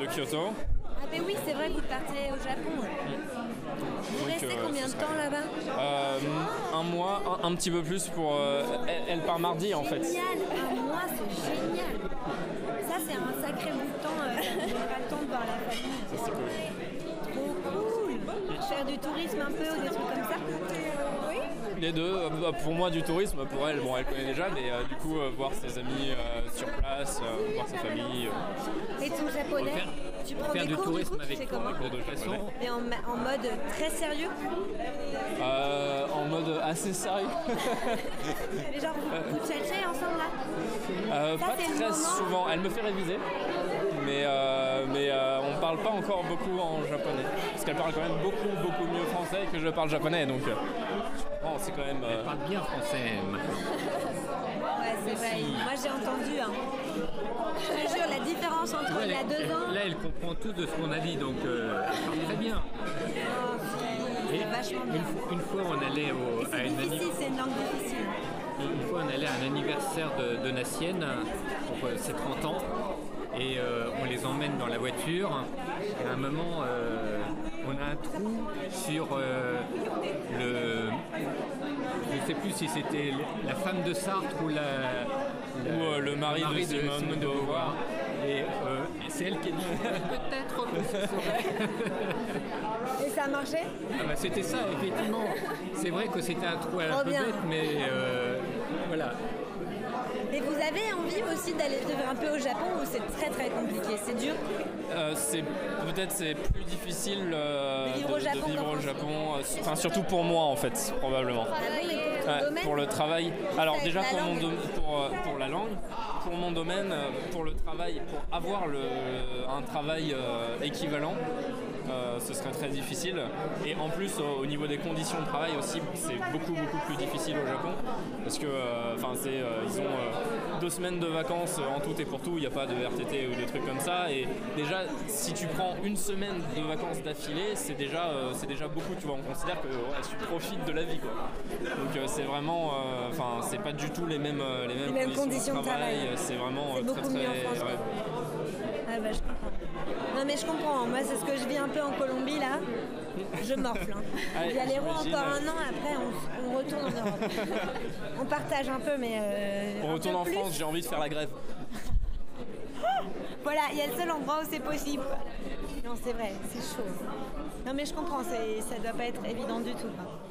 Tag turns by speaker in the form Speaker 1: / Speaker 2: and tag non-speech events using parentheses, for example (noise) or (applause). Speaker 1: de Kyoto.
Speaker 2: Ah ben oui, c'est vrai que vous partez au Japon. Vous
Speaker 1: Donc,
Speaker 2: restez
Speaker 1: euh,
Speaker 2: combien
Speaker 1: ce
Speaker 2: de
Speaker 1: sera-
Speaker 2: temps là-bas
Speaker 1: Euh, un mois, un, un petit peu plus pour. euh, elle, elle part mardi en fait.
Speaker 2: Génial, un mois, c'est génial. Ça, c'est un sacré bout de temps. euh, j'ai pas le temps de voir la famille.
Speaker 1: C'est cool.
Speaker 2: Trop cool. Faire du tourisme un peu ou des trucs comme ça. Oui.
Speaker 1: Les deux, euh, bah, pour moi du tourisme, pour elle, bon elle connaît déjà, mais euh, du coup euh, voir ses amis euh, sur place, euh, voir sa famille, euh,
Speaker 2: Et ton japonais,
Speaker 3: Faire-
Speaker 2: tu prends
Speaker 3: Faire
Speaker 2: des
Speaker 3: du
Speaker 2: cours du
Speaker 3: tourisme
Speaker 2: coup, tu
Speaker 3: avec
Speaker 2: fais
Speaker 3: toi,
Speaker 2: comment
Speaker 3: de
Speaker 1: cours de
Speaker 3: toute façon,
Speaker 1: japonais.
Speaker 2: Mais en, ma- en mode très sérieux.
Speaker 1: euh, en mode assez sérieux. (laughs)
Speaker 2: Mais genre,
Speaker 3: Euh,
Speaker 2: vous, vous tchatchez ensemble là
Speaker 1: Euh,
Speaker 2: Ça,
Speaker 1: pas
Speaker 2: c'est le
Speaker 1: très
Speaker 2: moment.
Speaker 1: souvent, elle me fait réviser, mais, euh, mais euh, on parle pas encore beaucoup en japonais, parce qu'elle parle quand même beaucoup beaucoup mieux français que je parle japonais, donc euh, bon, c'est quand même... euh,
Speaker 3: Elle parle bien français maintenant.
Speaker 2: Ouais, c'est vrai. Moi, j'ai entendu. Hein. Je te jure, la différence entre il y a deux ans.
Speaker 3: euh, Là, elle comprend tout de ce qu'on a dit, donc euh, elle parle très bien.
Speaker 2: oh, c'est vachement bien.
Speaker 3: Une, fois- une fois, on allait
Speaker 2: Et
Speaker 3: au, à
Speaker 2: c'est
Speaker 3: une anniv-
Speaker 2: difficile, c'est une langue difficile.
Speaker 3: Une fois, on allait à un anniversaire de, de Nassienne, pour euh, ses 30 ans, et euh, on les emmène dans la voiture. Et à un moment, euh, on a un trou sur euh, le. Je ne sais plus si c'était la femme de Sartre ou la. la-
Speaker 1: Ou, euh, le mari de Simone de Beauvoir.
Speaker 3: Et euh, c'est elle qui (laughs) a dit peut-être que (laughs) ce serait.
Speaker 2: Et ça a marché
Speaker 3: Ah bah, c'était ça, effectivement. C'est vrai que c'était un trou
Speaker 2: Trop
Speaker 3: un peu
Speaker 2: bien.
Speaker 3: bête, mais euh, voilà.
Speaker 2: Et vous avez envie aussi d'aller vivre un peu au Japon où c'est très très compliqué, c'est dur.
Speaker 1: Euh, c'est peut-être c'est plus difficile euh,
Speaker 2: De vivre au Japon
Speaker 1: vivre
Speaker 2: qu'en
Speaker 1: au
Speaker 2: France.
Speaker 1: Japon, euh, enfin surtout pour moi en fait probablement.
Speaker 2: Ah bon, mais pour ton
Speaker 1: Ouais,
Speaker 2: domaine,
Speaker 1: pour le travail. Alors
Speaker 2: avec
Speaker 1: déjà
Speaker 2: la
Speaker 1: pour, mon
Speaker 2: langue.
Speaker 1: dom- pour, euh, pour la langue, pour mon domaine, euh, pour le travail, pour avoir le, un travail euh, équivalent, euh, ce serait très difficile. Et en plus au, au niveau des conditions de travail aussi, c'est beaucoup beaucoup plus difficile au Japon parce que euh, enfin c'est euh, ils ont euh, deux semaines de vacances euh, en tout et pour tout. Il n'y a pas de RTT ou de trucs comme ça. Et déjà si tu prends une semaine de vacances d'affilée, c'est déjà euh, c'est déjà beaucoup. Tu vois, on considère que ouais, tu profites de la vie quoi. Donc euh, c'est vraiment, euh, enfin c'est pas du tout les mêmes, euh, les mêmes,
Speaker 2: Les mêmes conditions de travail.
Speaker 1: euh, C'est vraiment
Speaker 2: C'est
Speaker 1: euh, très
Speaker 2: beaucoup
Speaker 1: très.
Speaker 2: mieux en France, quoi. Ah bah je comprends. Non mais je comprends, moi c'est ce que je vis un peu en Colombie là. Je morfle. hein.
Speaker 1: (laughs) Ouais,
Speaker 2: Il y a les roues
Speaker 1: j'imagine.
Speaker 2: encore un an, après on, on retourne en Europe. (laughs) on partage un peu mais... euh,
Speaker 1: On
Speaker 2: un
Speaker 1: retourne
Speaker 2: peu
Speaker 1: en
Speaker 2: plus.
Speaker 1: France, j'ai envie de faire la grève.
Speaker 2: Voilà, il y a le seul endroit où c'est possible. Non c'est vrai, c'est chaud. Non mais je comprends, c'est- ça doit pas être évident du tout. hein. quoi.